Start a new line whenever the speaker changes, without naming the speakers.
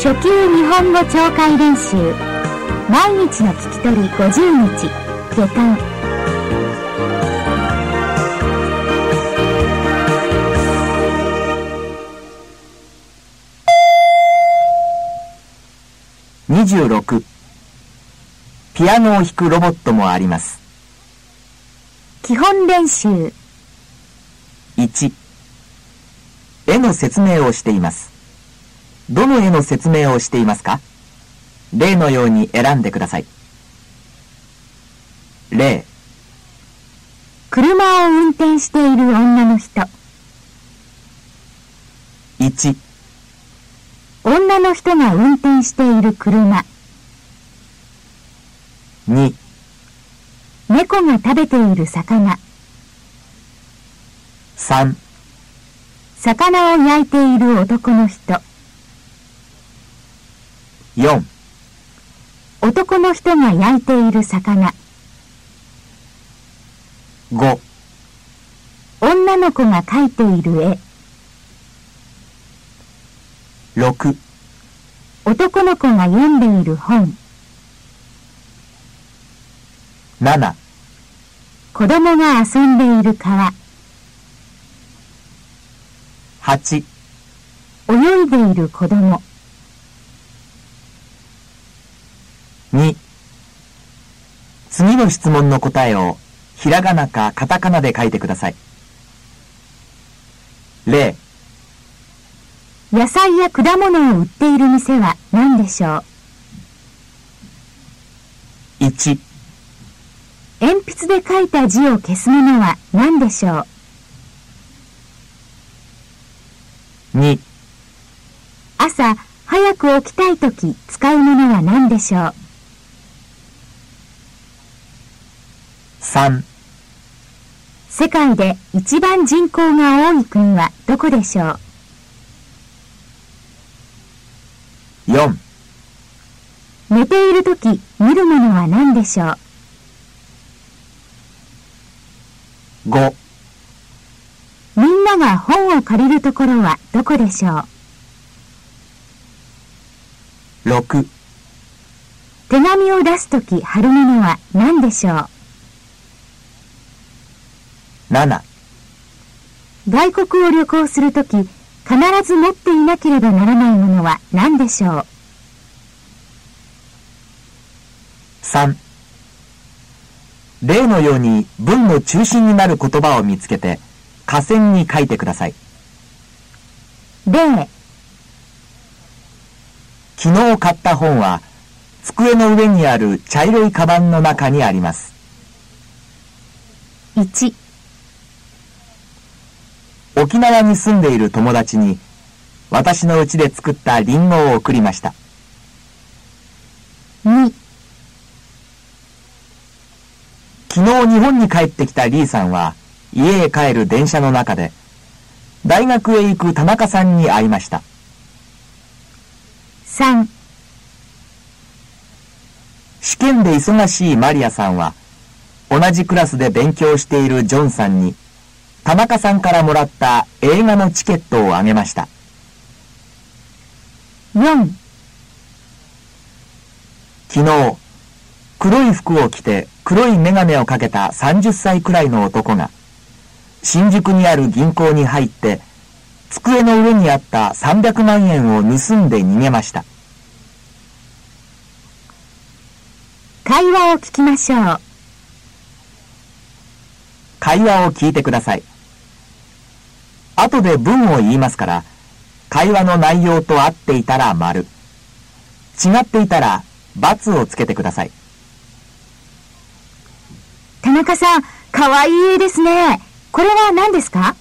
級日本語聴解練習毎日の聞き取り50日下巻
26ピアノを弾くロボットもあります
基本練習
1絵の説明をしていますどの絵の説明をしていますか例のように選んでください例
車を運転している女の人
1
女の人が運転している車
2
猫が食べている魚
3
魚を焼いている男の人
4
男の人が焼いている魚
5
女の子が描いている絵
6
男の子が読んでいる本
7
子供が遊んでいる川
8
泳いでいる子供
2次の質問の答えをひらがなかカタカナで書いてください例
野菜や果物を売っている店は何でしょう
1
鉛筆で書いた字を消すものは何でしょう
2
朝早く起きたい時使うものは何でしょう
3
世界で一番人口が多い国はどこでしょう
4
寝ている時見るものは何でしょう
5
みんなが本を借りるところはどこでしょう
6
手紙を出す時貼るものは何でしょ
7
う外国を旅行する時必ず持っていなければならないものは何でしょう
3例のように文の中心になる言葉を見つけて下線に書いてください
例
昨日買った本は机の上にある茶色いカバンの中にあります
1
沖縄に住んでいる友達に私の家で作ったリンゴを送りました
2
昨日日本に帰ってきたリーさんは家へ帰る電車の中で大学へ行く田中さんに会いました
3
試験で忙しいマリアさんは同じクラスで勉強しているジョンさんに田中さんからもらった映画のチケットをあげました
4
昨日黒い服を着て黒い眼鏡をかけた30歳くらいの男が新宿にある銀行に入って机の上にあった300万円を盗んで逃げました
会話を聞きましょう
会話を聞いてください後で文を言いますから会話の内容と合っていたら丸違っていたら×をつけてください
田中さんかわいい絵ですねこれは何ですか